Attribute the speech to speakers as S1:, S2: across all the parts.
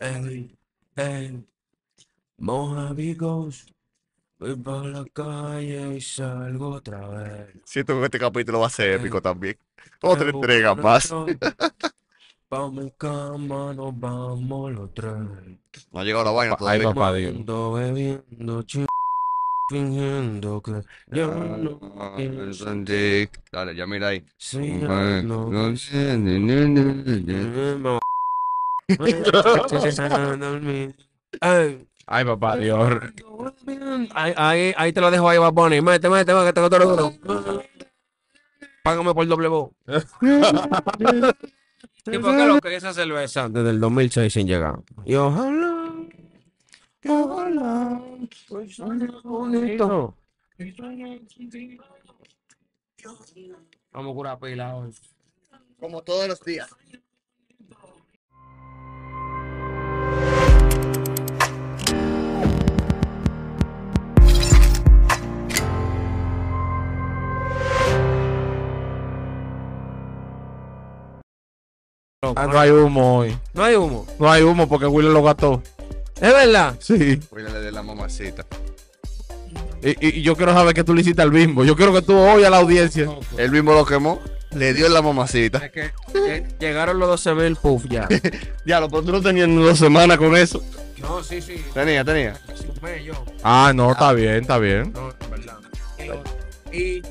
S1: Ey, ey, Mojave Ghost, voy para la calle y salgo otra vez.
S2: Siento que este capítulo va a ser épico
S1: Ey,
S2: también.
S1: te
S2: Otra entrega
S1: buscaré
S2: más.
S1: yo, pa' mi cama nos vamos los tres.
S2: No ha llegado la vaina
S3: Pa- Ay,
S2: todavía.
S3: papá Dios.
S1: Ando bebiendo, chi- fingiendo que yo no
S2: Ah, es
S1: pienso,
S2: un dick. Dale, ya mira ahí.
S1: si yo
S2: Ujú.
S1: no
S2: No
S1: quisiera.
S2: sé, ni- ni- ni- ni- ni.
S1: me dormir. Ey.
S3: Ay, papá Dios.
S1: Ahí, ahí, ahí te lo dejo ahí, Bad Bunny. Mete, mete, mete, que tengo todo duro. Págame por doble voz. ¿Y por qué lo que esa cerveza desde el 2006 sin llegar? Y ojalá, ojalá, pues suene bonito. Vamos a curar pila hoy.
S2: Como todos los días.
S3: Ah, no hay humo hoy.
S1: No hay humo.
S3: No hay humo porque Willy lo gastó.
S1: Es verdad.
S3: Sí.
S2: Cuídale de la mamacita.
S3: Y, y- y yo quiero saber que tú le hiciste al bimbo. Yo quiero que tú hoy a la audiencia.
S2: Él mismo lo quemó. Le dio en la mamacita.
S1: Es que lle- llegaron los 12 mil puff ya.
S2: Ya, lo pero tú no tenías ni dos semanas con eso.
S1: No, sí, sí.
S2: Tenía, tenía.
S1: Sumé yo.
S3: Ah, no, está bien, está bien.
S1: No, en verdad. Y, lo- y-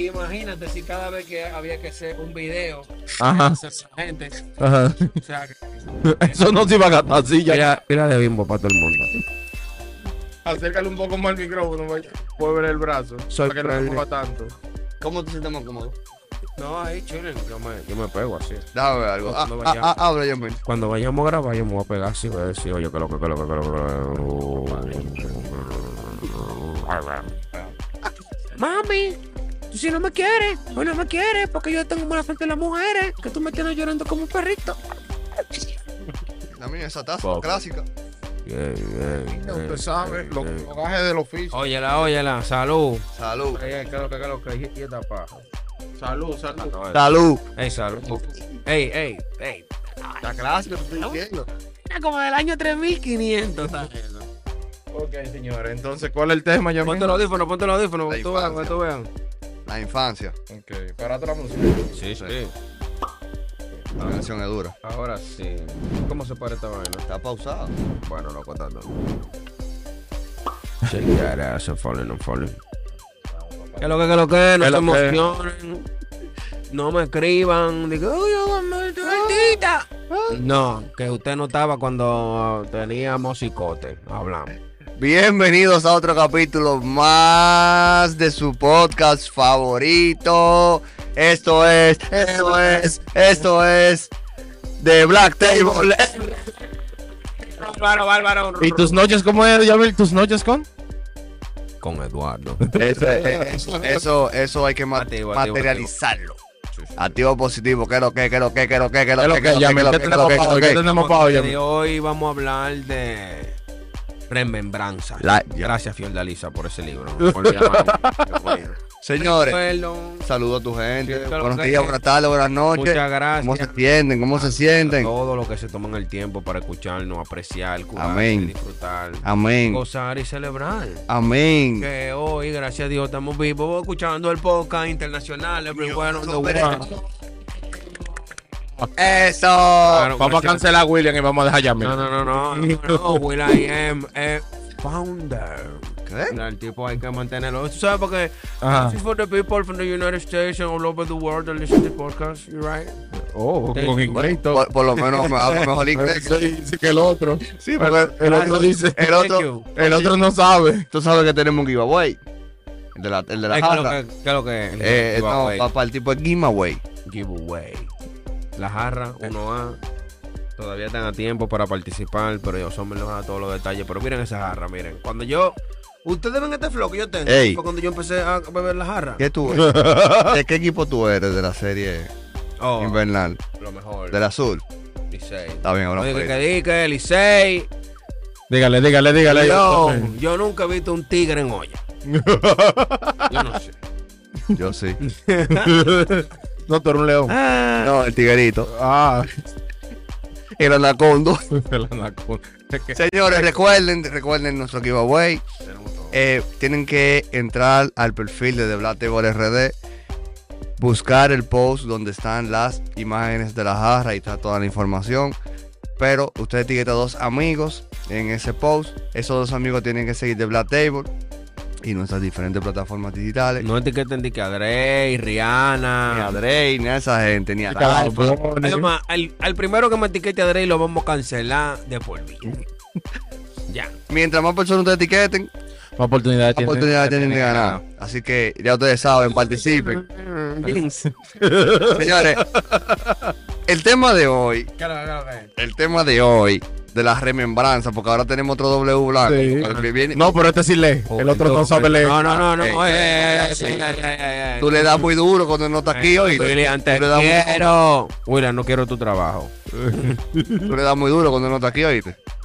S1: y imagínate si cada vez que había que hacer un video,
S3: Ajá.
S1: hacer gente,
S3: ajá.
S1: o sea, que-
S3: Eso no se iba a gastar así ya.
S1: Mira, mira de bimbo para todo el mundo.
S3: Acércale un poco más al micrófono, vaya. Puede ver el brazo.
S1: Soy
S3: para que no
S1: Freddy.
S3: se mueva tanto.
S2: ¿Cómo te sientes más cómodo?
S1: No, ahí chillen, yo me, yo me pego así.
S2: Dame algo. Ah,
S1: No, no,
S2: ah,
S1: ya.
S2: ah, habla, Yamil.
S1: Cuando vayamos a grabar, yo me voy a pegar así, voy a decir, oye, que lo que, que lo que, que lo que, que. Mami, tú si no me quieres, hoy no me quieres, porque yo tengo mala frente a las mujeres, que tú me tienes llorando como un perrito.
S2: La mía, esa taza
S1: Poco.
S2: clásica.
S3: Usted sabe, los cogajes del oficio.
S1: Óyela, óyela, salud.
S2: Salud.
S1: Ey, ey, ¿qué es lo que, qué es lo que, y y esta paja.
S3: Oh, Salud, salud.
S2: Salud.
S1: Ey, salud. Ey, ey, ey.
S2: La clásica, te estoy diciendo.
S1: Era como del año 3500. está eso.
S3: Ok, señores. Entonces, ¿cuál es el tema, Yamil?
S1: Ponte los audífonos, ponte los audífonos,
S2: La
S1: que tú veas, que
S2: infancia.
S1: tú veas.
S2: La infancia.
S3: Ok, parate la música.
S1: Sí,
S2: sí. La canción es dura.
S1: Ahora sí. ¿Cómo se para esta vaina?
S2: Está pausado.
S1: Bueno, lo contando. Check that ass, I'm falling, I'm falling. ¿Qué es lo que, qué es lo que? No
S3: ¿Qué
S1: se
S3: es lo que?
S1: emocionen. No me escriban. Digo, "Uy, yo me divertida". No, que usted no estaba cuando teníamos psicote. Hablamos.
S2: Bienvenidos a otro capítulo más de su podcast favorito. Esto es, esto es, esto es The Black Table.
S1: Bárbaro, bárbaro.
S3: ¿Y tus noches cómo es, Yamil? ¿Tus noches con?
S1: Con Eduardo.
S2: Eso, eso, eso, eso hay que ma-
S1: Activo, activo,
S2: materializarlo. Activo positivo, que lo que, que lo que, que lo que, que lo que, que lo que, que lo que, que lo que, que lo que.
S3: tenemos para hoy,
S1: Y
S3: Yamil?
S1: hoy vamos a hablar de remembranza.
S2: La-
S1: Gracias, Fiordalisa, por ese libro. No me olvidé, mano.
S2: Señores,
S1: Perdón.
S2: saludo a tu
S1: Sí,
S2: gente.
S1: que lo
S2: Buenos
S1: que-
S2: días, buenas tardes, buenas noches.
S1: Muchas gracias.
S2: ¿Cómo se sienten? ¿Cómo se
S1: a
S2: sienten?
S1: todos los que se toman el tiempo para escucharnos, apreciar, curarse,
S2: Amén.
S1: disfrutar,
S2: Amén.
S1: gozar y celebrar.
S2: Amén.
S1: Que hoy, gracias a Dios, estamos vivos escuchando el podcast internacional. Everywhere on the world.
S2: Eso.
S1: Claro,
S3: Vamos a
S1: gracias.
S3: cancelar a William y vamos a dejar a Yamil.
S1: No, no, no, no. no, no, Will I am a founder.
S2: ¿Qué? Ah.
S1: El tipo hay que mantenerlo. ¿Tú sabes por qué?
S3: Ajá.
S1: This is for the people from the United States and all over the world that listen to podcasts, you right?
S3: Oh,
S1: Sí.
S3: con inglés y todo.
S2: Por, por lo menos me hablo mejor inglés.
S3: Sí, dice que el otro.
S2: Sí, porque
S3: El otro dice.
S2: el
S1: Thank
S2: otro,
S1: you.
S3: El otro no sabe.
S2: tú sabes que tenemos un giveaway. El de la, el de la
S1: Ay, ¿Qué es lo
S2: jarra.
S1: que- qué es lo que es?
S2: Eh, no,
S1: Giveaway.
S2: para, el tipo es giveaway.
S1: giveaway. La jarra
S2: Eh.
S1: 1A. Todavía están a tiempo para participar, pero yo son a todos los detalles. Pero miren esa jarra, miren. Cuando yo. Ustedes ven este flow que yo tengo.
S2: Ey.
S1: Fue cuando yo empecé a beber la jarra.
S2: ¿Qué tú eres? ¿De qué equipo tú eres de la serie
S1: Oh,
S2: invernal?
S1: lo mejor.
S2: Del azul.
S1: Licey.
S2: Está bien, ahora
S1: Oye, que,
S2: por
S1: que
S2: ahí.
S1: diga, Licey.
S3: Dígale, dígale, dígale.
S1: Yo,
S3: Ok.
S1: yo nunca he visto un tigre en olla. Yo no sé.
S2: Yo sí.
S3: no, tú eres un león.
S1: Ah,
S2: No, el tiguerito.
S3: Ah,
S2: el anacondo.
S3: El anaconda. Es que-
S2: Señores, recuerden, recuerden nuestro giveaway.
S1: Tenemos todo.
S2: Eh, tienen que entrar al perfil de The Black Table RD, buscar el post donde están las imágenes de la jarra y está toda la información. Pero usted etiqueta a dos amigos en ese post. Esos dos amigos tienen que seguir The Black Table y nuestras diferentes plataformas digitales.
S1: No etiqueten de que a Dre,
S2: Ni a
S1: Rihanna.
S2: Drake, ni a esa gente, ni a
S3: Cada
S2: Alfa.
S3: bono.
S1: Además, al, al primero que me etiquete a Dre lo vamos a cancelar de por vida. ya.
S2: Mientras más personas te etiqueten,
S3: Más oportunidades
S2: más
S3: tienen-
S2: oportunidades tienen de
S3: tienen
S2: ganar. Así que ya ustedes saben, participen. Señores, el tema de hoy, el tema de hoy, de la remembranza, porque ahora tenemos otro W blanco.
S3: Sí.
S2: el que viene-
S3: No, pero este sí lee.
S1: Oh,
S3: El otro no sabe leer.
S1: No, no, no, no.
S2: Ey.
S1: Oye, eh, ey, ey, ey, ey, ey, ey.
S2: Tú le das muy duro cuando no estás aquí
S3: Eh,
S2: hoy. Tú le
S1: William, te
S2: damos-
S1: quiero. William, no quiero tu trabajo.
S2: das muy duro cuando no estás aquí hoy.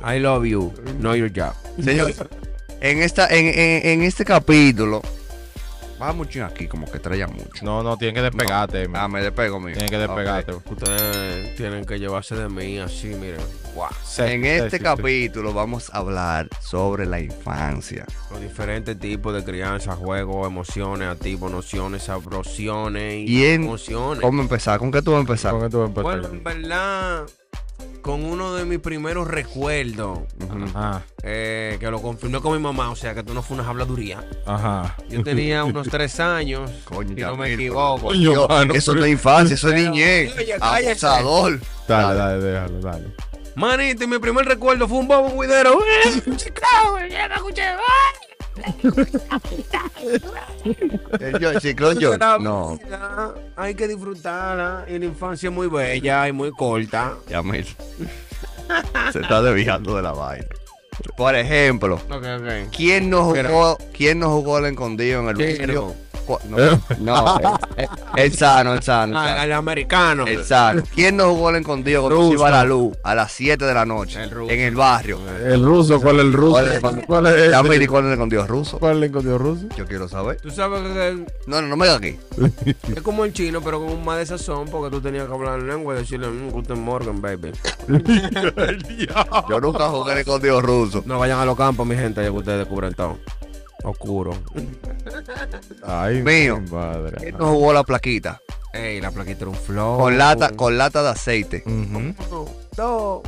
S1: I love you. No your job.
S2: Señores, en, esta, en, en- en este capítulo, va mucho aquí, como que traía mucho.
S3: No, no, tienen que despegarte.
S2: Ah, me despego, mío.
S3: Tienen que despegarte.
S1: Ustedes tienen que llevarse de mí así, miren. Wow.
S3: Sexy,
S2: En este
S3: sexy,
S2: capítulo vamos a hablar sobre la infancia.
S1: Los diferentes tipos de crianza, juegos, emociones, activos, nociones, abrociones y
S2: Bien.
S1: emociones.
S2: ¿Cómo empezar? ¿Con qué tú vas a
S3: sexy.
S2: empezar?
S3: ¿Con qué tú vas a
S1: Bueno, en
S3: empezar?
S1: verdad, con uno de mis primeros recuerdos,
S3: Ajá,
S1: eh, que lo confirmé con mi mamá, o sea que tú no fue una habladuría.
S3: ajá.
S1: Yo tenía unos tres años,
S2: Coño,
S1: si no me
S2: Yamil,
S1: equivoco.
S3: Coño,
S2: Yo-
S3: mano,
S2: eso
S3: pero-
S2: no es infancia, eso es niñez.
S1: Oye, cállese.
S2: Abusador.
S3: Dale, dale, déjalo, dale.
S1: Manito, y mi primer recuerdo fue un bobo guidero.
S2: El Eh, yo- Ciclón yo. No.
S1: Hay que disfrutarla. Y la infancia es muy bella y muy corta.
S2: Yamil. Se está desviando de la vaina. Por ejemplo,
S1: Ok, ok.
S2: ¿quién no
S1: Pero-
S2: jugó, ¿quién no jugó al escondido en el
S1: Pero-
S2: barrio? Cu- No, no el, el sano, el sano. el
S1: Ah,
S2: sano.
S1: el americano.
S2: El sano. ¿Quién no jugó al escondido cuando se iba a la luz a las 7 de la noche
S1: El ruso.
S2: en el barrio?
S3: El ruso, ¿cuál es el ruso?
S2: ¿Cuál es-
S3: ¿Cuál es
S2: Ya me
S3: el
S2: di con el escondido ruso.
S3: ¿Cuál es el encondido ruso?
S2: Yo quiero saber.
S1: Tú sabes que
S2: No, no, no me digas aquí.
S1: es como el chino, pero con más de sazón, porque tú tenías que hablar en lengua y decirle, "Mm, Guten Morgan, baby.
S2: Yo nunca jugué al escondido ruso.
S1: No vayan a los campos, mi gente, ya que ustedes descubren todo. Oscuro.
S3: Ay,
S2: Mío.
S3: mi madre.
S2: ¿Quién no jugó a la plaquita?
S1: Ey, la plaquita era un flow.
S2: Con
S1: oh.
S2: lata, con lata de aceite.
S3: Ujú.
S1: Uno, dos,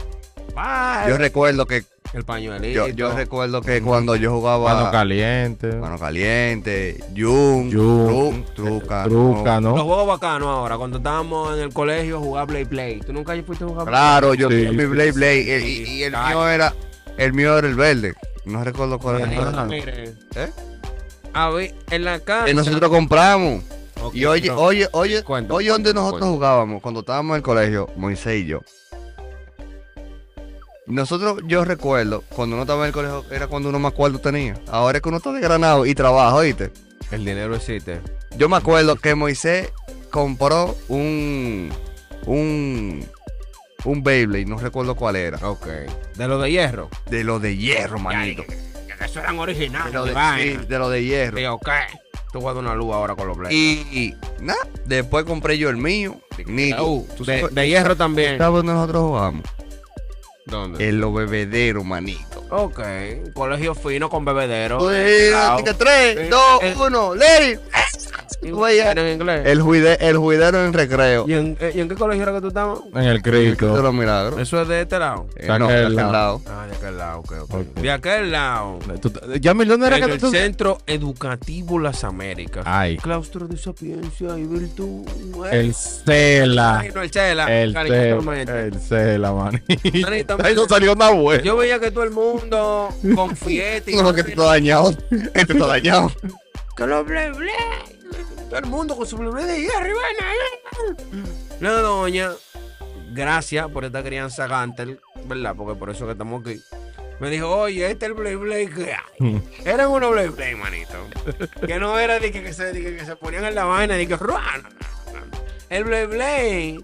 S1: bye.
S2: Yo recuerdo que
S1: El pañuelito.
S2: yo, yo recuerdo que cuando yo jugaba
S3: Mano caliente.
S2: Mano caliente, Jun,
S3: Jun, eh,
S2: Tru- Truca,
S3: Truca,
S1: Los
S3: ¿no?
S1: juegos bacanos ahora, cuando estábamos en el colegio jugar Play Play. ¿Tú nunca fuiste a jugar Play?
S2: Claro, yo
S3: Sí,
S2: tenía mi
S3: sí,
S2: Blade Blade y, y el mío era el mío era el verde. No recuerdo cuál era.
S1: Play?
S2: el verde.
S1: Mire,
S2: ¿Eh?
S1: a ver, en la casa.
S2: Que nosotros compramos.
S1: Ok,
S2: Y oye,
S1: no.
S2: oye, oye,
S1: Cuenta,
S2: oye, donde
S1: cuenta,
S2: nosotros jugábamos cuando estábamos en el colegio, Moisés y yo. Nosotros, yo recuerdo, cuando uno estaba en el colegio, era cuando uno más cuarto tenía. Ahora es que uno está desgranado y trabaja, oíste.
S1: El dinero existe.
S2: Yo me acuerdo que Moisés compró un. un. un Beyblade, no recuerdo cuál era.
S1: Ok. De lo de hierro.
S2: De lo de hierro, manito.
S1: Ya, ya, ya, Eso eran
S2: De
S1: originales.
S2: lo de,
S1: vaina.
S2: sí, de lo de hierro.
S1: Sí, ok. Tú voy a dar una luz ahora con los Play.
S2: Y, nada, después compré yo el mío. Nito.
S1: Uh,
S2: ¿Tú
S1: de,
S2: sabes-
S1: de hierro también. Eh,
S2: ¿Sabes dónde nosotros jugamos?
S1: ¿Dónde?
S2: En los bebederos, manito.
S1: Ok. Colegio fino con bebedero.
S2: Así que tres,
S1: Sí.
S2: dos,
S1: Eh.
S2: uno, Larry.
S1: Y-
S2: voy a-
S1: ¿Era en inglés?
S2: El, juide- el juidero en recreo.
S1: ¿Y en, eh, ¿Y en qué colegio era que tú estabas?
S3: En el
S2: De
S3: cristo.
S2: los milagros.
S1: Eso es de este lado.
S2: Eh,
S3: de
S2: no,
S3: aquel
S2: de aquel
S3: lado.
S2: lado.
S1: Ah, de aquel lado, ok, ok.
S3: Ok.
S1: De aquel lado.
S3: Tú- Yamil, ¿dónde era
S1: En
S3: que
S1: el
S3: tú?
S1: Centro Educativo Las Américas.
S3: Ay,
S1: Claustro de sapiencia y virtud.
S3: el Cela.
S1: Ay, no, el Chela.
S3: El
S1: Cariño,
S3: Cela.
S1: totalmente.
S3: El Cela, man.
S1: Manito,
S3: Ahí no salió nada bueno.
S1: Yo veía que todo el mundo con fiesta y
S2: No, que te está dañado. Este está dañado.
S1: que lo ble, ble. Todo el mundo con su ble, ble de hierro. y vaina. La doña, gracias por esta crianza Gantel, ¿verdad? Porque por eso que estamos aquí. Me dijo, oye, este es el ble, ble que hay.
S3: Mm.
S1: Eran unos ble, ble, manito. Que no era de que, que se, de que, que se ponían en la vaina, de que ruana. El ble, ble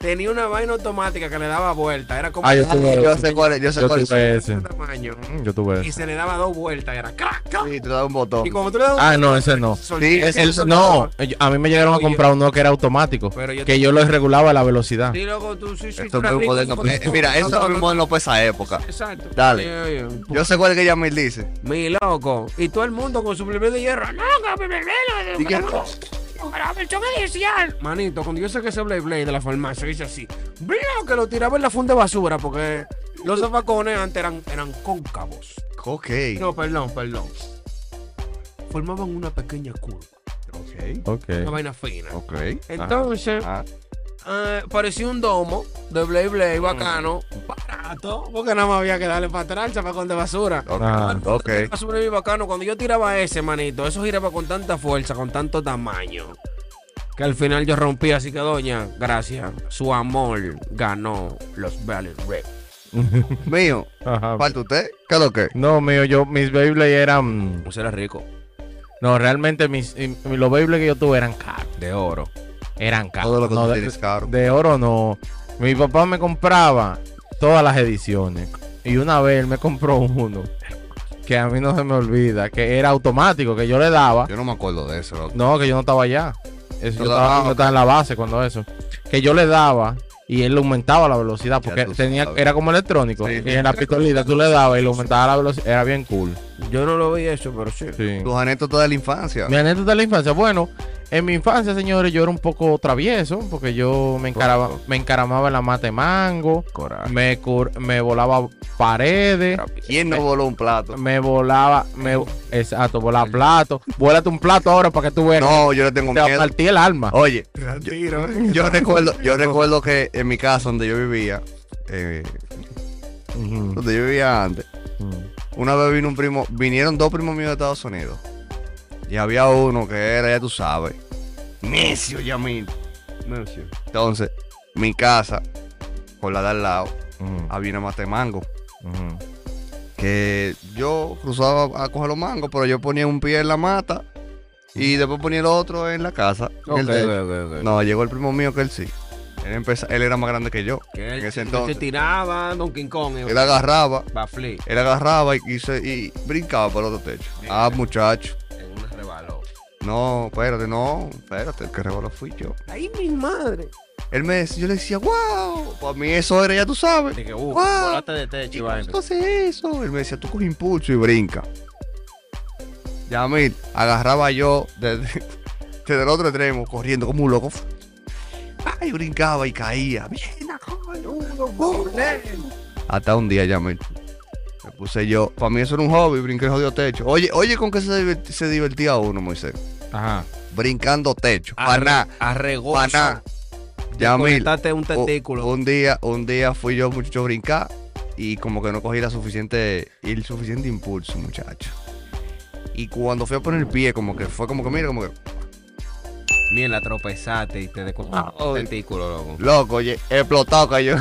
S1: tenía una vaina automática que le daba vuelta. Era como
S3: Ah, yo
S1: de
S3: tuve
S2: Yo
S3: ese.
S2: sé cuál es, yo sé
S3: Yo
S2: cuál es.
S3: tuve ese.
S1: ese tamaño.
S3: Mm, Yo tuve
S1: Y
S3: ese.
S1: se le daba dos vueltas. Era crack, crack.
S2: Sí, te da un botón.
S1: Y cuando tú le dabas
S3: Ah, no, ese no.
S2: Sí, ese-
S3: El- no, yo- a mí me llegaron a comprar uno que era automático,
S1: Pero yo-
S3: que yo lo regulaba la velocidad.
S1: Sí, loco, tú sí, sí.
S2: Ah.
S1: tú
S2: Esto fue
S1: eras
S2: un
S1: rico,
S2: moderno.
S1: loco,
S2: Eh,
S1: tú-
S2: Mira, eso
S1: loco,
S2: fue un moderno para esa época.
S1: Exacto.
S2: Dale.
S1: Sí, oye.
S2: Yo sé cuál es que Yamil dice.
S1: Mi loco. Y todo el mundo con suplemento de hierro. No, que me
S2: ¿Y qué?
S1: Manito, cuando yo saqué ese Blade Blade de la farmacia, hice así. Blade, que lo tiraba en la funda de basura porque los zafacones antes eran, eran cóncavos.
S2: Ok.
S1: No, perdón, perdón. Formaban una pequeña curva.
S2: Ok.
S3: Ok.
S1: Una vaina fina.
S3: Ok. Ah,
S1: Entonces,
S3: Ajá.
S1: eh, parecía un domo de Blade Blade bacano, barato, porque nada más había que darle para atrás al zafacón de basura.
S3: Ah,
S2: Ok. Ok.
S1: Era súper bien bacano. Cuando yo tiraba ese, manito, eso giraba con tanta fuerza, con tanto tamaño. Que al final yo rompí, así que doña, gracias. Su amor ganó los Valley Rex.
S2: Mío,
S3: Ajá.
S2: falta usted. ¿Qué es lo que?
S3: No, mío, yo, mis Beyblade eran.
S1: Pues era rico.
S3: No, realmente mis, y- los Beyblade que yo tuve eran caros.
S1: De oro.
S3: Eran caros.
S2: Todo lo que
S3: No,
S2: tú
S3: de-
S2: tienes caro.
S3: De oro no. Mi papá me compraba todas las ediciones. Y una vez él me compró uno que a mí no se me olvida, que era automático, que yo le daba.
S2: Yo no me acuerdo de eso, loco.
S3: No, que yo no estaba allá. Eso, yo
S2: No, ah,
S3: estaba,
S2: no,
S3: yo estaba en la base cuando eso. Que yo le daba y él le aumentaba la velocidad
S2: Ya
S3: porque
S2: tú
S3: tenía,
S2: sabes.
S3: era como electrónico.
S2: Sí.
S3: Y en la pistolita tú le dabas y le aumentaba la velocidad. Era bien cool.
S1: Yo no lo vi eso, pero sí.
S3: Sí.
S2: Tus anécdotas de la infancia.
S3: Mi anécdota de la infancia. Bueno, en mi infancia, señores, yo era un poco travieso porque yo me, encaraba, me encaramaba en la mata de mango,
S2: Ah.
S1: Coraje.
S3: me, cur- me volaba paredes,
S2: ¿Quién
S3: Eh.
S2: no voló un plato?
S3: me volaba, me, exacto, volaba plato. Vuélate un plato ahora para que tú veas.
S2: No, yo le tengo
S3: te
S2: miedo.
S3: partí el alma.
S2: Oye,
S3: eh.
S2: yo recuerdo, yo recuerdo que en mi casa donde yo vivía, eh,
S3: Ujú.
S2: donde yo vivía antes,
S3: Ujú.
S2: una vez vino un primo, vinieron dos primos míos de Estados Unidos. Y había uno que era, ya tú sabes, necio Yamil. Entonces, mi casa, con la de al lado,
S3: Ujú.
S2: había una mata de mango.
S3: Ujú.
S2: que yo cruzaba a coger los mangos, pero yo ponía un pie en la mata y después ponía el otro en la casa. en el techo. No, llegó el primo mío que él sí. Él, empeza- él era más grande que yo.
S1: Que
S2: en
S1: él
S2: ese
S1: se
S2: entonces.
S1: tiraba Donkey Kong.
S2: Él agarraba,
S1: Va a flip.
S2: él agarraba y, y se- y brincaba para el otro techo. Ah, muchacho.
S1: En un rebalón.
S2: No, espérate, no, espérate, el que revoló fui yo.
S1: Ay, mi madre.
S2: Él me decía, yo le decía, wow, para mí eso era, ya tú sabes.
S1: De que, uh,
S2: Wow.
S1: volaste de techo y vaina.
S2: hace eso? Él me decía, tú coges impulso y brinca. Yamil, agarraba yo desde, desde el otro extremo, corriendo como un loco. Ay, brincaba y caía. Bien, ah, coño, uno, uno. Hasta un día, Yamil. Me puse yo. Para mí eso era un hobby, brinqué el jodido techo. Oye, oye, ¿con qué se, diverti- se divertía uno, Moisés?
S3: Ajá.
S2: Brincando techo.
S1: Arre-
S2: Para
S1: Arregoso.
S2: Paná. Yamil. Oh.
S1: Conectaste un
S2: u-
S1: testículo.
S2: Un día, un día fui yo muchacho a brincar y como que no cogí la suficiente, el suficiente impulso, muchacho. Y cuando fui a poner el pie, como que fue como que, mira, como que,
S1: Miren, la tropezaste y te descontaste
S2: Ah,
S1: el testículo, loco.
S2: loco, oye, explotado cayó.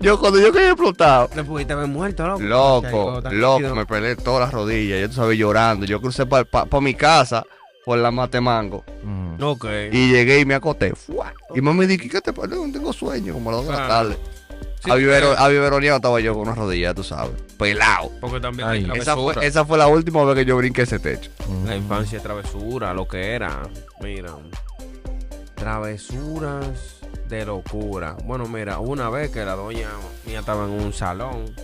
S2: yo cuando yo caí explotado.
S1: No pudiste haber muerto, loco.
S2: Loco,
S1: Tan
S2: loco,
S1: chido.
S2: me peleé todas las rodillas, yo tú sabes, llorando. Yo crucé para mi casa por la matemango
S3: Ujú.
S1: Ok.
S2: y llegué y me acoté. ¡fua! Y mami dije, ¿qué te pasa? No tengo sueño, como a las dos de la
S1: Ah.
S2: tarde.
S1: Sí, Eh,
S2: a Vivero,
S1: porque-
S2: a Viveroneado estaba yo con una rodilla, tú sabes, pelado.
S1: Porque también
S3: Ay.
S1: hay travesura.
S2: Esa fue, esa fue la última vez que yo brinqué ese techo.
S3: Ujú.
S1: La infancia es travesura, lo que era. Mira. Travesuras de locura. Bueno, mira, una vez que la doña mía estaba en un salón,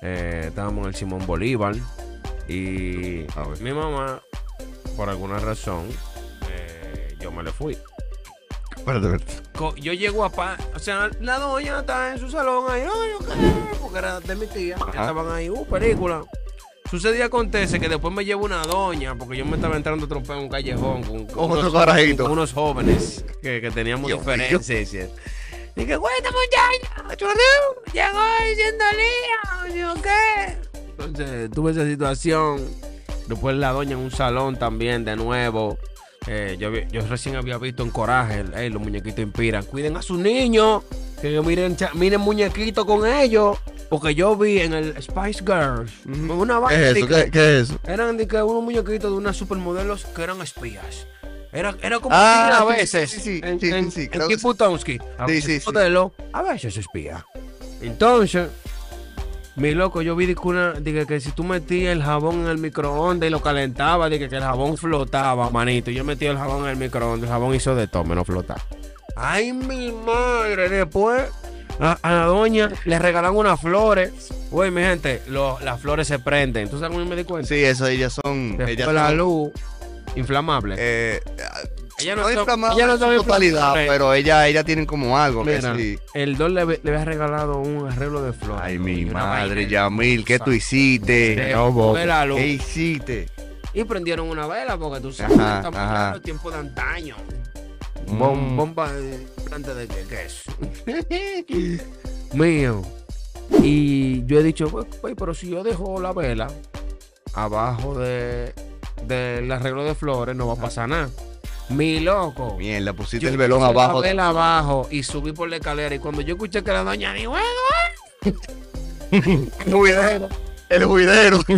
S1: eh, estábamos en el Simón Bolívar y
S2: A ver.
S1: mi mamá, por alguna razón, eh, yo me le fui.
S2: Espérate, espérate.
S1: Co- Yo llego a pa, o sea, la doña está en su salón ahí, "Ay, yo qué", porque era de mi tía,
S2: Ajá.
S1: estaban ahí, uh, película. Sucede y acontece que después me llevo una doña, porque yo me estaba entrando a trompar en un callejón con, con
S2: Otro
S1: unos,
S2: carajito.
S1: con unos jóvenes que, que teníamos
S2: Dios
S1: diferencias. y- Dije, güey, esta muchacha, churriu, llegó diciendo Lía, yo qué. Entonces tuve esa situación. Después la doña en un salón también, de nuevo. Eh, yo, vi- yo recién había visto en Coraje, eh, los muñequitos inspiran. Cuiden a sus niños, que miren, cha- miren muñequitos con ellos. Porque yo vi en el Spice Girls,
S2: Ujú.
S1: con una
S2: ¿Qué
S1: vaina
S2: es
S1: de
S2: eso?
S1: que-
S2: ¿Qué, qué es eso?
S1: eran de que unos muñequitos de unas supermodelos que eran espías. Era, era como
S2: Ah,
S1: espía
S2: sí, sí, sí, sí,
S1: en,
S2: sí,
S1: en-
S2: sí,
S1: en
S2: creo que
S1: tipo Tonsky. Aunque
S2: sí,
S1: se
S2: sí.
S1: joda de lo- a veces espía. Entonces, mi loco, yo vi de que, una- de que- que si tú metías el jabón en el microondas y lo calentabas, dije que, que el jabón flotaba, manito. Yo metí el jabón en el microondas, el jabón hizo de todo, menos flotar. Ay, mi madre, después a, a la doña le regalan unas flores. Güey, mi gente, lo- las flores se prenden. Entonces, ¿cómo yo me di cuenta?
S2: Sí, eso, ellas son.
S1: Se
S2: Ellas
S1: fue la
S2: son,
S1: luz inflamable.
S2: eh,
S1: Ella
S2: no
S1: son-
S2: inflamadas
S1: ella no
S2: en
S1: son
S2: su totalidad,
S1: inflamables.
S2: pero ellas ellas tienen como algo que
S1: Mira,
S2: sí.
S1: el don le, ve- le había regalado un arreglo de flores.
S2: Ay,
S1: ¿no?
S2: mi
S1: Y una
S2: madre,
S1: vaina.
S2: Yamil, ¿qué tú hiciste?
S1: Se
S3: No,
S1: fue
S3: bobo.
S1: la luz.
S2: ¿Qué hiciste?
S1: Y prendieron una vela porque tú sabes
S2: Ajá,
S1: estamos
S2: ajá.
S1: en los tiempos de antaño.
S3: Mm.
S1: Bom- bomba de planta de que- queso. Mío. Y yo he dicho, "Güey, güey, pero si yo dejo la vela abajo de del arreglo de flores, no va a pasar nada. Mi loco.
S2: Mierda, pusiste
S1: Yo
S2: el velón
S1: puse la
S2: abajo.
S1: vela abajo y subí por la escalera. Y cuando yo escuché que la doña dijo, "Ay,
S2: El juidero. El juidero.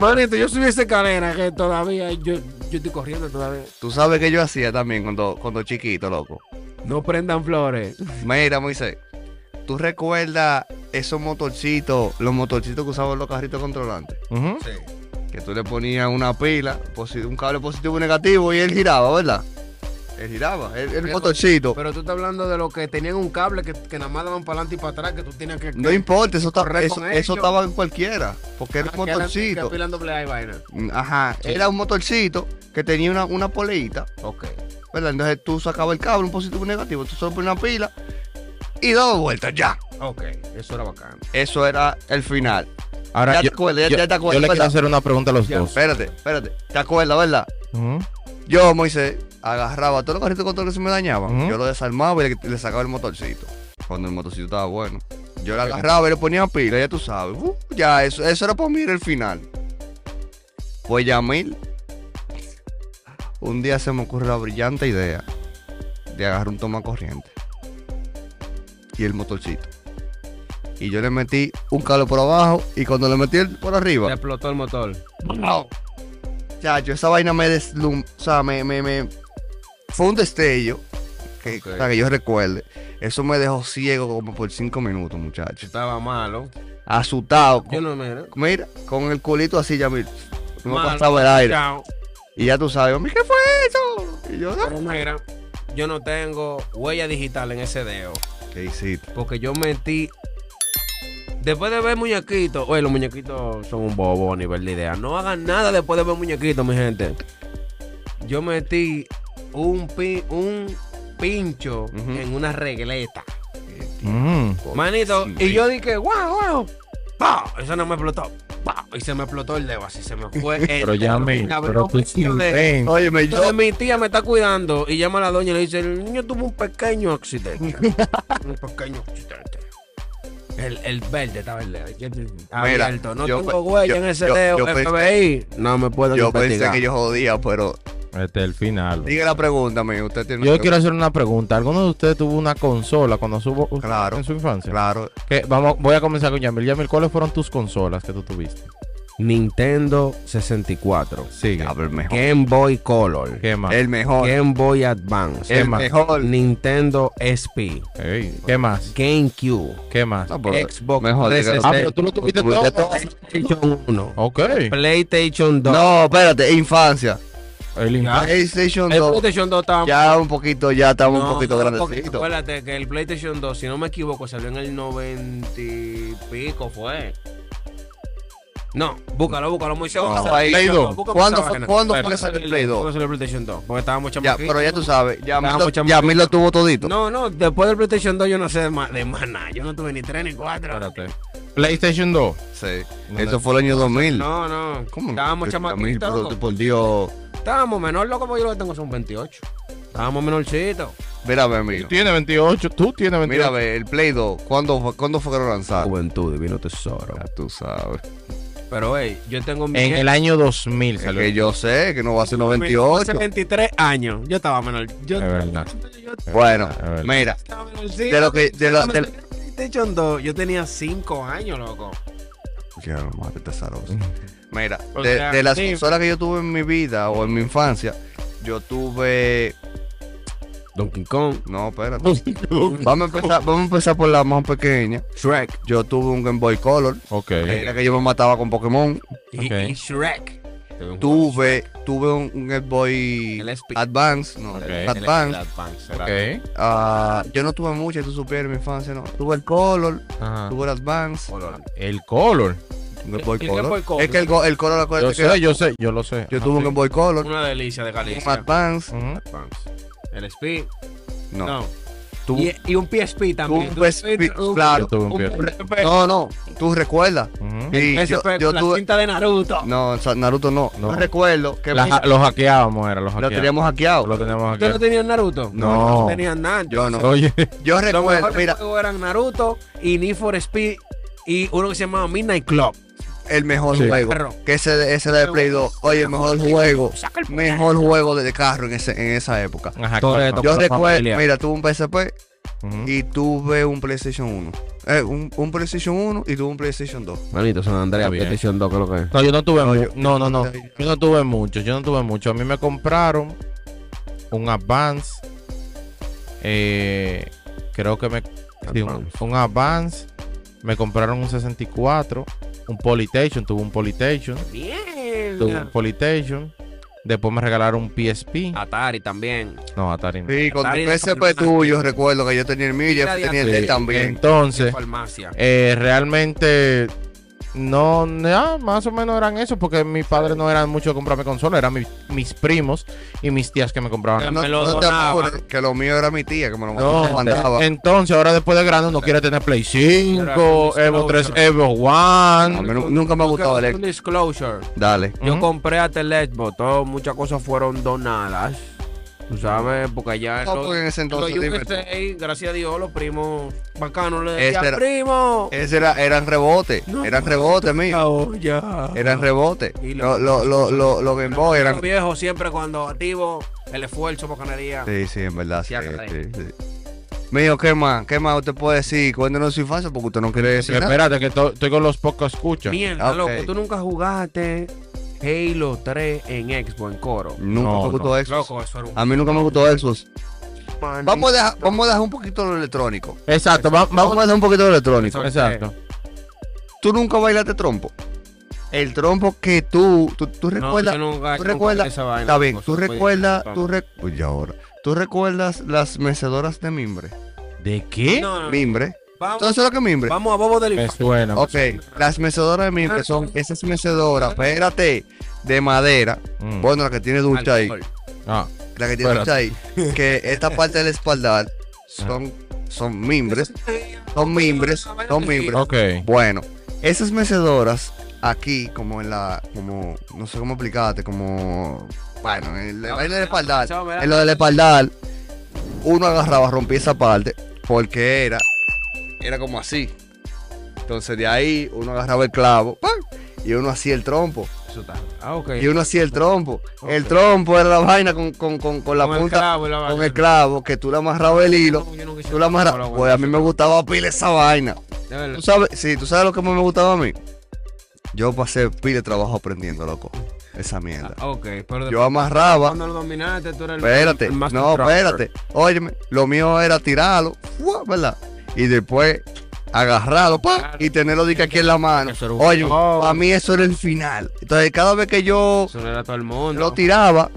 S1: Manito, yo subí esa escalera que todavía yo, yo estoy corriendo todavía.
S2: Tú sabes que yo hacía también cuando, cuando chiquito, loco.
S1: No prendan flores.
S2: Mira, Moisés, ¿tú recuerdas esos motorcitos, los motorcitos que usaban los carritos controlantes?
S3: Ujú.
S2: Que tú le ponías una pila, posi- un cable positivo y negativo y él giraba, ¿verdad? Él giraba, el, el
S1: Pero-
S2: motorcito.
S1: Pero tú estás hablando de los que tenían un cable que, que nada más daban para adelante y para atrás, que tú tenías que.
S2: no importa, eso, ta-
S1: correr
S2: eso,
S1: con
S2: eso
S1: ellos. Ah,
S2: estaba en cualquiera, porque era
S1: que
S2: un
S1: eran- Que
S2: motorcito. Mm,
S1: pilan doble A y vaina.
S2: Ajá, era un motorcito que tenía una, una poleita,
S1: Ok.
S2: ¿verdad? Entonces tú sacabas el cable, un positivo y un negativo, tú solo ponías una pila y dos vueltas, ya.
S1: Ok. Eso era bacán.
S2: Eso era el final.
S3: Ahora,
S2: Ya te
S3: yo,
S2: acuerdas, ya-
S3: yo-
S2: ya te acuerdas,
S3: yo le quiero
S2: ¿verdad?
S3: hacer una pregunta a los
S1: Ya.
S3: dos.
S2: Espérate, espérate. ¿Te acuerdas, verdad?
S3: Ujú.
S2: Yo, Moisés, agarraba todos los carritos con todo que se me dañaban.
S3: Ujú.
S2: Yo lo desarmaba y le, le sacaba el motorcito. Cuando el motorcito estaba bueno. Yo lo agarraba y le ponía pila, ya tú sabes. Uh, ya, eso, eso era para mí era el final. Pues Yamil, un día se me ocurre la brillante idea de agarrar un toma corriente y el motorcito. Y yo le metí un cable por abajo y cuando le metí el por arriba,
S1: Le explotó el motor.
S2: no. Chacho, esa vaina me deslum... O sea, me, me, me... Fue un destello. Que,
S1: Ok.
S2: o sea, que yo recuerde. Eso me dejó ciego como por cinco minutos, muchachos.
S1: Estaba malo.
S2: Asustado.
S1: Yo
S2: con-
S1: no me.
S2: Mira, con el culito así, ya mira. No
S1: Malo.
S2: pasaba el aire.
S1: Chao.
S2: Y ya tú sabes, mami, ¿qué fue eso? Y yo, "Ah".
S1: Pero mira, yo no tengo huella digital en ese dedo.
S2: ¿qué hiciste?
S1: Porque yo metí. Después de ver muñequitos, oye, los muñequitos son un bobo a nivel de idea. No hagan nada después de ver muñequitos, mi gente. Yo metí un, pi- un pincho
S2: Ujú.
S1: en una regleta.
S3: Mm.
S1: Manito,
S2: Sí.
S1: y yo dije, wow, wow. ¡Pah! Eso no me explotó. ¡Pah! Y se me explotó el dedo, así se me fue. el
S3: Pero ya
S1: dedo.
S3: me.
S1: Me abrió
S3: Pero
S1: un
S3: tú
S1: pincho de-
S3: inventas.
S2: Óyeme, yo...
S1: entonces mi tía me está cuidando y llama a la doña y le dice, el niño tuvo un pequeño accidente. un pequeño accidente. El, el verde está verde.
S2: Mira,
S1: abierto. No
S2: yo
S1: tengo
S2: pe-
S1: huella
S2: yo-
S1: en ese
S2: yo-
S1: dedo.
S2: yo pensé-
S1: FBI, no me puedo
S2: Yo pensé que yo jodía, pero...
S3: Este es el final.
S2: Diga la pregunta, mi. Usted tiene una
S3: Yo
S2: pregunta.
S3: quiero hacer una pregunta. ¿Alguno de ustedes tuvo una consola cuando subo
S2: Claro.
S3: en su infancia?
S2: Claro.
S3: Que vamos, voy a comenzar con Yamil. Yamil, ¿cuáles fueron tus consolas que tú tuviste?
S1: Nintendo 64.
S3: Sigue.
S2: Diablo, el mejor.
S1: Game Boy Color.
S3: ¿Qué más?
S2: El mejor.
S1: Game Boy Advance.
S2: El
S3: Emma.
S2: mejor.
S1: Nintendo SP.
S3: Ey, ¿Qué más?
S1: GameCube.
S3: ¿Qué más?
S2: No, pero-
S1: Xbox
S2: mejor, diga-
S1: 360.
S3: Ah, pero tú lo tuviste todo.
S1: PlayStation 1.
S3: Ok.
S1: PlayStation 2.
S2: No, espérate, infancia.
S3: El
S1: Ah.
S3: infancia.
S2: PlayStation
S1: El
S2: 2.
S1: PlayStation 2 estaba
S2: Ya un poquito, ya estamos un
S1: Eh, No,
S2: poquito
S1: no, porque
S2: grandecitos.
S1: Acuérdate que el PlayStation 2, si no me equivoco, salió en el 90 y pico, fue. No, búscalo, búscalo, muy
S2: No, Ah, ahí- ¿Cuándo fue- cuándo fue que salió el Play 2?
S1: ¿Cuándo salió el PlayStation 2? Porque estábamos
S2: Ya,
S1: chamaquitos.
S2: pero ya tú sabes, ya,
S1: Estábamos
S2: Milo-
S1: chamaquitos.
S2: ya Mil lo tuvo todito.
S1: No, no, después del PlayStation 2 yo no sé de más, de más nada. Yo no tuve ni 3 ni 4.
S3: Espérate. PlayStation 2.
S2: Sí.
S3: No,
S2: Eso
S3: no.
S2: fue el año 2000.
S1: No, no.
S2: ¿Cómo?
S1: Estábamos
S2: 2000,
S1: chamaquitos.
S2: pero
S1: loco.
S2: por Dios.
S1: Estábamos menor, loco, porque yo lo que tengo son 28. Estábamos menorcitos.
S2: Mira, ve, Milo.
S3: Tiene 28. Tú tienes
S2: Mira,
S3: 28.
S2: ve, el Play 2, ¿cuándo fue, ¿cuándo fue que lo lanzaron?
S1: Juventud, divino tesoro.
S2: Ya tú sabes.
S1: Pero, hey, yo tengo mi.
S3: en el año 2000
S2: Es
S3: salió.
S2: que yo sé que no va a ser
S1: Hace
S2: 98.
S1: 23 años. Yo estaba menor. Yo,
S3: Es verdad.
S1: yo
S2: Bueno,
S3: A ver.
S2: mira,
S1: estaba menorcito.
S2: de lo que. De la,
S1: Cuando
S2: de...
S1: salió el PlayStation 2, yo tenía 5 años, loco.
S2: Ya, no mate, tesaroso. Mira,
S3: O
S2: de,
S3: sea,
S2: de las
S3: sí.
S2: consolas que yo tuve en mi vida o en mi infancia, yo tuve.
S1: Donkey Kong.
S2: No, espérate. Vamos a empezar, vamos a empezar por la más pequeña.
S1: Shrek.
S2: Yo tuve un Game Boy Color.
S3: Ok.
S2: que Era que yo me mataba con Pokémon.
S1: Y,
S3: Ok.
S1: y Shrek.
S2: Tuve, tuve un, un Game Boy
S1: El SP.
S2: Advance. No, el
S3: Ok.
S1: El- el
S2: Advance.
S1: Advance, era-
S3: Ok.
S2: Ah, yo no tuve muchas, tú supieras en mi infancia, no. Tuve el Color,
S3: Ajá.
S2: tuve el Advance.
S1: Color.
S3: El color.
S2: un Game Boy
S1: El- el
S2: Color.
S1: Game Boy Color.
S2: Es que el, go- el Color,
S3: Yo
S2: acuérdate que
S3: sé, yo sé, yo lo sé.
S2: Pues yo tuve un Game Boy Color,
S1: Una delicia de
S2: un
S1: Galicia.
S2: Advance.
S3: Ujú.
S1: Advance. El Speed.
S2: No.
S1: No.
S2: Tuve-
S1: Y, y un PSP también.
S2: Tuve un PSP, pues, claro.
S3: Yo tuve un
S1: PSP.
S3: pierdo.
S2: No, no, tú recuerdas.
S3: Ujú.
S2: Sí, yo,
S1: PSP
S2: yo
S1: con la
S2: tuve.
S1: cinta de Naruto.
S2: No, o sea, Naruto no.
S3: No.
S2: No recuerdo que
S3: La- lo hackeábamos, era, lo
S2: lo
S3: hackeábamos.
S2: teníamos hackeado.
S3: Lo teníamos
S1: ¿Ustedes no
S3: hackeado.
S1: tenían Naruto?
S3: No.
S1: No tenían nada.
S2: Yo no.
S3: Oye,
S2: Yo
S1: Los
S2: recuerdo,
S1: mejores
S2: mira,
S1: juegos eran Naruto y Need for Speed y uno que se llamaba Midnight Club.
S2: el mejor
S3: Sí.
S2: juego. Que ese, ese era de Play 2. Oye, el mejor juego.
S1: Saca el
S2: Mejor juego de de carro en, ese, en esa época.
S3: ajá,
S1: Todo esto.
S2: Yo
S1: Con la familia.
S2: recuerdo, mira, tuve un PSP
S3: Ujú.
S2: y tuve un PlayStation 1. Eh, un, un PlayStation 1 y tuve un PlayStation 2.
S1: Manito, San Andrea,
S3: Está bien.
S1: PlayStation 2, creo que es.
S3: No, yo no tuve mu- No, no, no.
S2: yo-
S3: Yo no tuve mucho. Yo no tuve mucho. A mí me compraron un Advance. eh, creo que me. sí, un,
S1: Advance.
S3: un Advance. Me compraron un 64. Un Polystation. Tuve un Polystation. Tuve un
S1: Bien.
S3: Polystation. Después me regalaron un PSP.
S1: Atari también.
S3: No, Atari no.
S2: Sí, con
S1: Atari
S2: el
S1: de
S2: PSP
S1: San
S2: tuyo, recuerdo que yo tenía el mío y
S1: Mira, eh,
S2: Jeff
S1: Diana.
S2: tenía el de él
S3: Sí.
S2: también.
S3: Entonces,
S1: Farmacia.
S3: eh, realmente. No, ya, más o menos eran eso, porque mis padres no eran mucho de comprarme consolas, eran mis, mis primos y mis tías que me compraban
S1: Pero
S2: Ah, No,
S1: me lo
S2: no te
S1: donaba.
S2: apures, que lo mío era mi tía que me lo
S3: No, eh,
S2: mandaba.
S3: entonces ahora después de grande uno quiere tener Play 5,
S1: Pero,
S3: Evo 3,
S1: pero,
S3: Evo
S2: A
S3: 1.
S2: mí nu- nunca me ha gustado el
S1: Un disclosure.
S2: Dale.
S1: Yo
S3: Ujú.
S1: compré a Telexbo, todo, muchas cosas fueron donadas. Tú sabes, porque ya
S2: No,
S1: lo-
S2: porque en ese entonces,
S1: lo
S2: dime tú.
S1: USA, gracias a Dios, los primos bacanos le
S2: Ese
S1: decían,
S2: era-
S1: primo.
S2: Ese era, eran rebotes.
S1: No.
S2: Eran rebotes, mío.
S1: Ya, oh, ya.
S2: Eran rebotes.
S1: Y
S2: Lo,
S1: lo-
S2: lo, lo, lo, lo Game Boy
S1: Los
S2: eran.
S1: viejos siempre cuando activo el esfuerzo bacanería.
S2: Sí, sí, en verdad. Sí,
S1: Ya,
S2: sí, sí. Mío, ¿qué más? ¿Qué más usted puede decir? Cuéntenos su infancia porque usted no quiere decir nada.
S3: Espérate, que to- estoy con los pocos escuchas.
S1: Mierda,
S2: Ok.
S1: loco, tú nunca jugaste Halo 3 en Expo, en coro.
S2: Nunca
S3: No,
S2: me gustó Xbox.
S1: Loco, eso era un
S2: A mí nunca me gustó Xbox.
S1: man-
S2: Vamos a dejar, vamos a dejar un poquito lo electrónico.
S3: Exacto, va-
S2: Vamos a
S3: vamos.
S2: dejar un poquito lo electrónico.
S1: Eso-
S3: Exacto.
S2: ¿Tú nunca bailaste trompo? El trompo que tú, tú, tú
S1: No,
S2: recuerdas.
S1: yo nunca
S2: tú
S1: compré
S2: recuerdas-
S1: esa vaina,
S2: Está bien,
S1: loco,
S2: tú
S1: eso fue-
S2: recuerdas, tú rec- Uy, ahora. ¿Tú recuerdas las mecedoras de mimbre?
S3: ¿De qué?
S1: No, no, no.
S2: Mimbre.
S1: Vamos-
S2: ¿Tú sabes lo que es mimbre?
S1: Vamos a Bobo
S2: Pues,
S1: del
S3: Me suena.
S2: Ok, las mecedoras de mimbre son esas mecedoras, espérate, de madera.
S3: Mm.
S2: Bueno, la que tiene ducha ahí.
S1: Alcohol.
S3: Ah,
S2: La que tiene ducha ahí. Que esta parte del espaldar son, son mimbres. Son mimbres. Son mimbres.
S3: ok.
S2: Bueno, esas mecedoras aquí, como en la, como, no sé cómo explicarte, como, bueno, en el
S1: No,
S2: baile del
S1: no,
S2: espaldar,
S1: no, no,
S2: en lo del espaldar, uno agarraba, rompía esa parte, porque era, era como así. Entonces de ahí uno agarraba el clavo, ¡pam! y uno hacía el trompo,
S1: Eso está- Ah, ok.
S2: y uno hacía el trompo.
S1: Ok.
S2: El trompo era la vaina con, con, con, con la
S1: Con el
S2: punta,
S1: clavo y Ah, pues la
S2: con
S1: vaina.
S2: el clavo, que tú le amarrabas el hilo,
S1: No, yo nunca hice
S2: tú
S1: nada con
S2: le
S1: la
S2: amarrabas,
S1: vaina.
S2: pues a mí me gustaba pila esa vaina.
S1: De verdad.
S2: Tú sabes, sí, tú sabes lo que más me gustaba a mí. Yo pasé pile de trabajo aprendiendo, loco. Esa mierda.
S1: Ah, Ok, pero
S2: Yo amarraba.
S1: cuando lo dominaste tú eras el-
S2: Espérate.
S1: el master
S2: No,
S1: trapper.
S2: espérate. Óyeme, lo mío era tirarlo, ¡fua! ¿verdad? Y después agarrarlo, pa, y tenerlo de que aquí en la mano.
S1: Eso era un
S2: Oye,
S1: show.
S2: para mí eso era el final. Entonces, cada vez que yo
S1: Eso no era todo el mundo.
S2: lo tiraba,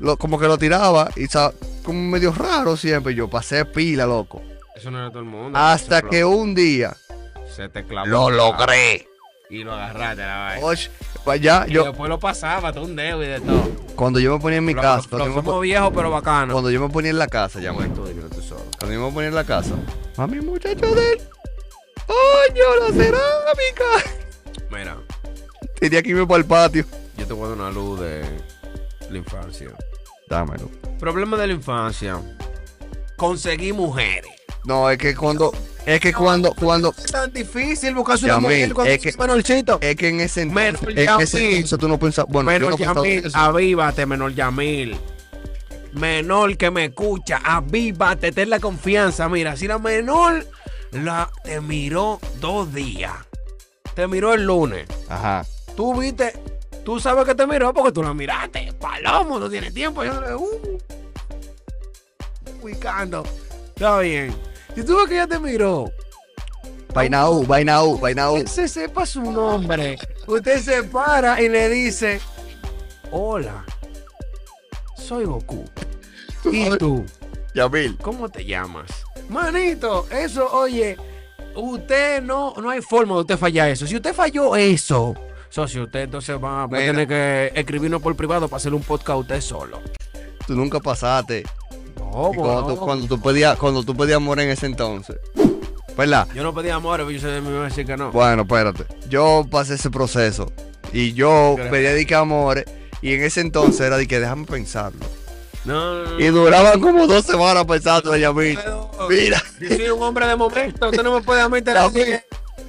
S2: lo- como que lo tiraba, y sa- como medio raro siempre, yo pasé pila, loco.
S1: Eso no era todo el mundo.
S2: Hasta
S1: Se
S2: que un día
S1: clavó- se te clavó. Ah,
S2: lo logré.
S1: Y lo agarraste la vaina.
S2: Oye, pues ya,
S1: Y
S2: yo,
S1: después lo pasaba, todo un dedo y de todo.
S2: Cuando yo me ponía en mi
S1: Lo-
S2: casa,
S1: lo-
S2: cuando, yo me
S1: somos
S2: pon-
S1: viejos pero bacanos.
S2: cuando yo me ponía en la casa, ya muerto,
S1: Tú dime tú solo.
S2: cuando yo me ponía en la casa, mami, muchacho de él, coño, la cerámica.
S1: Mira,
S2: Tenía que irme para el patio.
S1: yo te voy a dar una luz de la infancia.
S2: Dámelo.
S1: Problema de la infancia. Conseguí mujeres.
S2: No, es que cuando, es que cuando, cuando,
S1: Es tan difícil buscarse
S2: una Yamil, mujer cuando es tú que- eres
S1: menorchito.
S2: es que en ese entonces,
S1: Menos
S2: es que ese
S1: Yamil.
S2: entonces tú no pensabas, bueno, yo no
S1: Menor
S2: pensaba
S1: Yamil,
S2: eso.
S1: avívate, menor Yamil. Menor que me escucha, avívate, ten la confianza. Mira, si la menor la, te miró dos días, te miró el lunes,
S2: Ajá.
S1: tú viste Tú sabes que te miró porque tú la miraste. Palomo, no tiene tiempo. Yo le uh, ubicando. Está bien. Si tú ves que ella te miró,
S2: Vainaú, Vainaú, Vainaú.
S1: que se sepa su nombre. Usted se para y le dice: Hola, soy Goku. ¿Y tú?
S2: Yamil.
S1: ¿Cómo te llamas? Manito, eso, oye, usted no, no hay forma de usted fallar eso. Si usted falló eso, socio, usted entonces va, va a
S2: Mira.
S1: tener que escribirnos por privado para hacer un podcast usted solo.
S2: Tú nunca pasaste.
S1: No,
S2: Y cuando, tú, cuando tú pedías, cuando tú pedías amor en ese entonces. ¿Verdad?
S1: Yo no pedí amor, pero yo sé me iba a decir que no.
S2: Bueno, espérate. Yo pasé ese proceso. Y yo
S1: Gracias.
S2: pedía de que amores. Y en ese entonces era de que déjame pensarlo.
S1: No, no, no.
S2: Y duraban como dos semanas pensando, Yamil. Mira,
S1: Yo soy un hombre de momento, usted no me puede meter así.
S2: Yamil.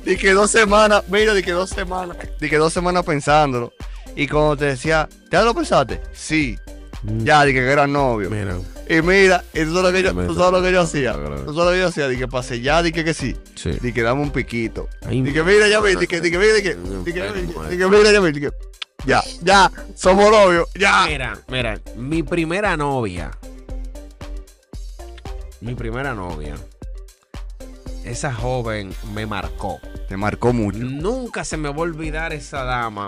S2: De que dos semanas. Mira, de que dos semanas. De que dos semanas pensándolo. Y cuando te decía, ¿ya lo pensaste? Sí. Ya, de que eran novios.
S1: Mira,
S2: Y mira, y tú sabes lo que yo,
S1: Me
S2: tú sabes lo que yo hacía.
S1: está grave.
S2: Tú sabes lo que yo hacía. Dije, pase ya, dije que sí.
S1: sí.
S2: Dije, dame un piquito.
S1: Ay,
S2: Dije, mira, ya vi. Dije, dije, mira, dije, dije, mira, dije, mira, ya vi. Dije, ya, ya, somos novios. Ya.
S1: Mira, mira, mi primera novia. Mi primera novia. Esa joven me marcó.
S2: Te marcó mucho.
S1: Nunca se me va a olvidar esa dama.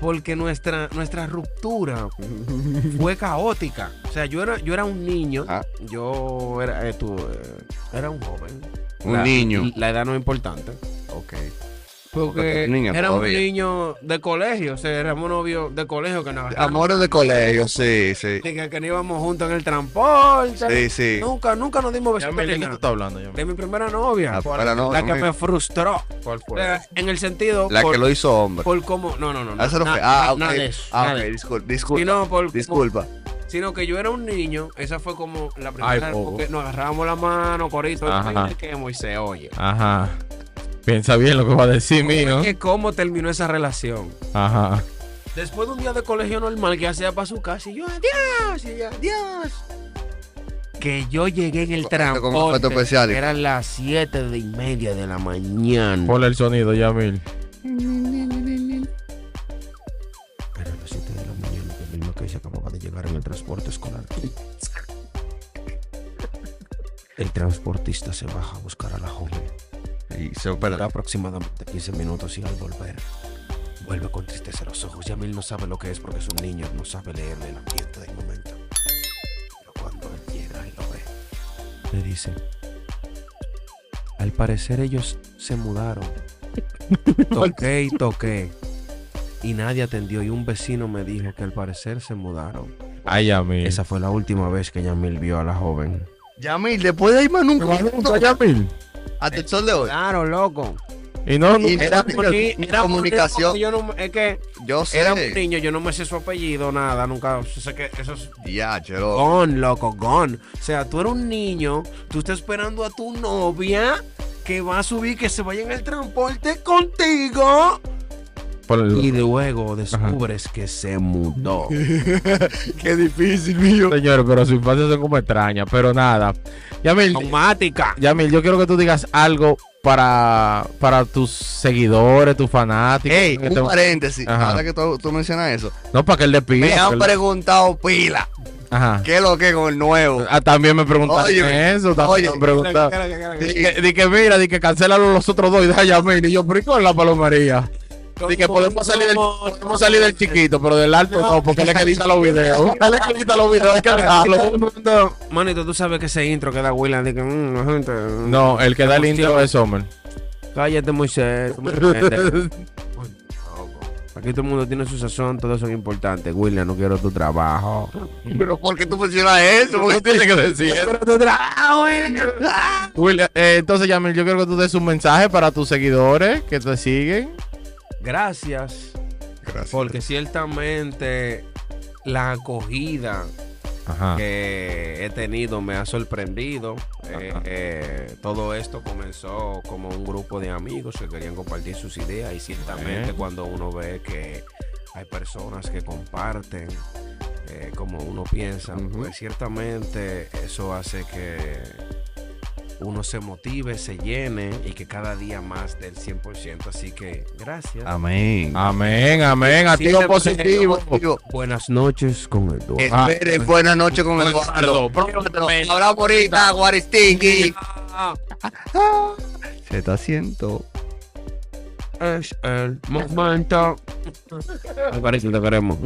S1: Porque nuestra, nuestra ruptura fue caótica. O sea, yo era, yo era un niño.
S2: Ah.
S1: Yo era, eh, tú, eh, era un joven.
S2: Un
S1: La-
S2: niño.
S1: La edad no es importante.
S2: Ok.
S1: Porque
S2: Niño
S1: era un
S2: todavía.
S1: niño de colegio. O sea, éramos novios de colegio
S2: Ah,
S1: que nos agarramos
S2: Amores de colegio, sí, sí.
S1: de que, que no íbamos juntos en el transporte.
S2: Sí, sí.
S1: Nunca, nunca nos dimos
S3: Ya
S1: besitos.
S3: me
S1: ni
S3: ¿de qué tú
S1: nada.
S3: estás hablando, ya
S1: De mi primera novia.
S2: Ah, para no,
S1: la que
S2: amigo.
S1: me frustró.
S3: ¿Cuál
S1: Eh, en el sentido.
S2: La
S1: por,
S2: que lo hizo hombre.
S1: Por cómo. No, no, no. no,
S2: Ah, eso no
S1: na-
S2: fue. Ah,
S1: na-
S2: ok.
S1: nada de eso,
S2: Ah,
S1: nada
S2: ok,
S1: de eso.
S2: discul-
S1: Sino
S2: disculpa.
S1: por-
S2: Disculpa.
S1: Sino que yo era un niño. Esa fue como la
S3: Ay,
S1: primera.
S3: bobo.
S1: porque nos agarrábamos la mano, corito.
S3: Ajá.
S1: imagínate que Moisés, oye.
S3: Ajá. Piensa bien lo que va a decir mío.
S1: que ¿Cómo terminó esa relación?
S3: Ajá.
S1: Después de un día de colegio normal que hacía para su casa y yo, adiós, y ella, adiós. Que yo llegué en el
S2: Con- con- con
S1: transporte.
S2: especial.
S1: Eran las siete y media de la mañana.
S3: Ponle el sonido, Yamil.
S1: Eran las 7 de la mañana, el mismo que se acababa de llegar en el transporte escolar. El transportista se baja a buscar a la joven.
S2: Y se espera.
S1: aproximadamente 15 minutos y al volver, vuelve con tristeza a los ojos. Yamil no sabe lo que es porque es un niño, no sabe leer el ambiente del momento. Pero cuando él llega y lo ve, le dice: Al parecer ellos se mudaron. Toqué y toqué. Y nadie atendió. Y un vecino me dijo que al parecer se mudaron.
S3: Ay, Yamil.
S1: Esa fue la última vez que Yamil vio a la joven.
S2: Yamil, después de ahí más nunca.
S3: Ay, Yamil.
S2: Hasta el sol de hoy.
S1: Claro, loco.
S3: Y no, no-
S2: Y era comunicación.
S1: Yo no, es que
S2: Yo sé.
S1: Era un niño, yo no me sé su apellido, nada, nunca sé que eso es
S2: Ya, chero.
S1: gone, loco, gone. O sea, tú eres un niño, tú estás esperando a tu novia que va a subir, que se vaya en el transporte contigo.
S3: Ponle el-
S1: Y luego descubres que se mudó.
S2: Qué difícil, mío.
S3: Señores, pero sus infancias son como extrañas. Pero nada. Yamil,
S1: Traumática.
S3: Yamil, yo quiero que tú digas algo para, para tus seguidores, tus fanáticos.
S2: Ey,
S3: Que
S2: un
S3: te-
S2: paréntesis.
S3: Ajá.
S2: Ahora que tú, tú mencionas eso.
S3: no, para que él le pida.
S2: Me
S3: que
S2: han
S3: él-
S2: preguntado pila.
S3: Ajá.
S2: ¿Qué es lo que es con el nuevo?
S3: Ah, también me preguntaron
S2: Oye,
S3: eso. También
S2: oye,
S3: me preguntaron. Di
S1: Di
S3: que, di que mira, di que cancelaron los otros dos y deja a Yamil. Y yo, pero ¿y con la palomaría? Di que podemos salir del, podemos salir del chiquito, pero del alto no, porque él es que edita los videos. Él es que edita los videos, hay que dejarlo.
S1: Manito, tú sabes que ese intro que da William, de que, mm, la gente, mm.
S3: No, el que da el intro es Sommer.
S1: cállate muy serio. Aquí todo el mundo tiene su sazón, todos son importantes. William, no quiero tu trabajo.
S2: Pero ¿por qué tú mencionas eso?
S3: ¿Por qué
S2: Porque-
S3: tiene que decir eso?
S1: tu trabajo, William.
S3: William, eh, entonces, Yamil, yo quiero que tú des un mensaje para tus seguidores que te siguen.
S1: Gracias, porque ciertamente la acogida Ah.
S3: Ajá.
S1: que he tenido me ha sorprendido. Eh,
S3: Ajá.
S1: eh, todo esto comenzó como un grupo de amigos que querían compartir sus ideas y ciertamente
S3: Bien.
S1: cuando uno ve que hay personas que comparten eh, como uno piensa,
S2: Ujú.
S1: pues ciertamente eso hace que uno se motive, se llene y que cada día más del 100%. Así que gracias.
S2: Amén.
S3: Amén, amén. Activo
S1: Sí,
S3: positivo.
S1: Buenas noches con el
S2: Esperen, buenas noches con Eduardo.
S3: Eduardo,
S2: Pronto,
S3: pronto.
S2: hablamos ahorita, Guaristingui.
S1: Ah,
S2: Se está haciendo.
S1: es el momento. Me parece que te queremos.